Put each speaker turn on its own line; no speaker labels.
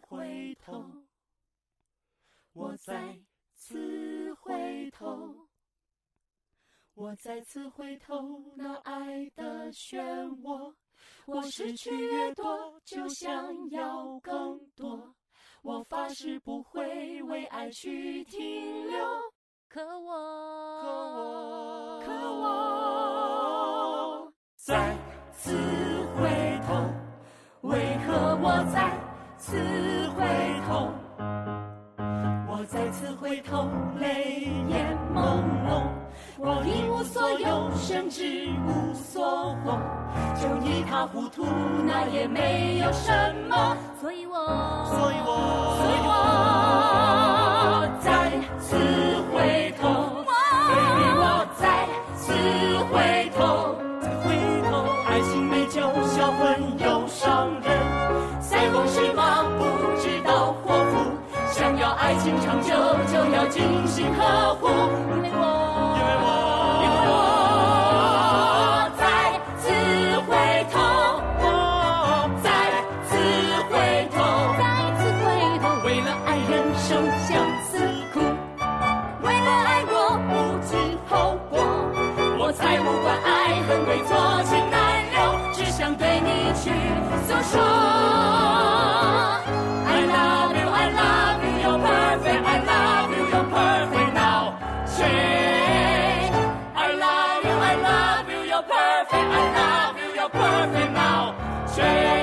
回头，我再次回头，我再次回头，那爱的漩涡，我失去越多，就想要更多。我发誓不会为爱去停留，
可我，
可我，可
我
我再次回头，为何我再次回头？我再次回头，泪眼朦胧，我一无所有，甚至无所获，就一塌糊涂，那也没有什么。
所以我，
所以我，所以我再次回头，baby，我再次回头，再回头，爱情美酒，销魂又伤人，塞翁失马，不知道祸福，想要爱情长久，就要精心呵护，因为我，因为我，因为我再次回头，再次回头。
再次回头，
为了爱，人生相思苦；为了爱，我不计后果。我才不管爱恨对错，情难留，只想对你去诉说。I love you, I love you, you're perfect. I love you, you're perfect now. Change. I love you, I love you, you're perfect. I love you, you're perfect now. Change.